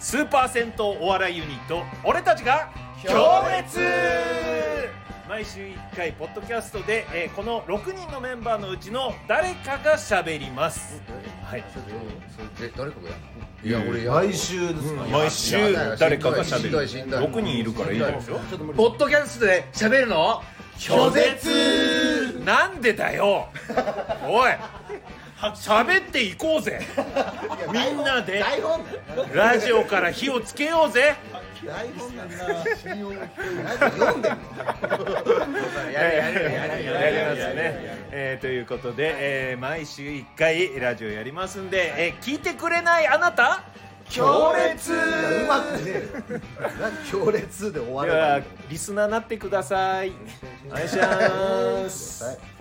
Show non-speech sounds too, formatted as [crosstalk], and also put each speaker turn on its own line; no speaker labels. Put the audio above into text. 100%お笑いユニット俺たちが強烈毎週1回ポッドキャストで、えーこの6人のメンバーのうちの誰かが喋りますはい
それで誰かがやるのいや俺やる
毎週ですか、
毎週
いや
誰かが
しんどい
喋る
しんどいしんど
6人いるからいいですよ
ポッドキャストで喋るの
拒絶なんでだよ
[laughs]
おい喋っていこうぜみんなで
台本だよ
ラジオから火をつけようぜ
台本なんだ信用なん
[laughs]
か読んでる
やるやるやるやる
やりますね。えーということで、えー毎週1回ラジオやりますんで、えー聞いてくれないあなた強烈
うまくねえよなんか強烈で終わ
で
らな
はい [laughs] リスナーなってください。お願いします。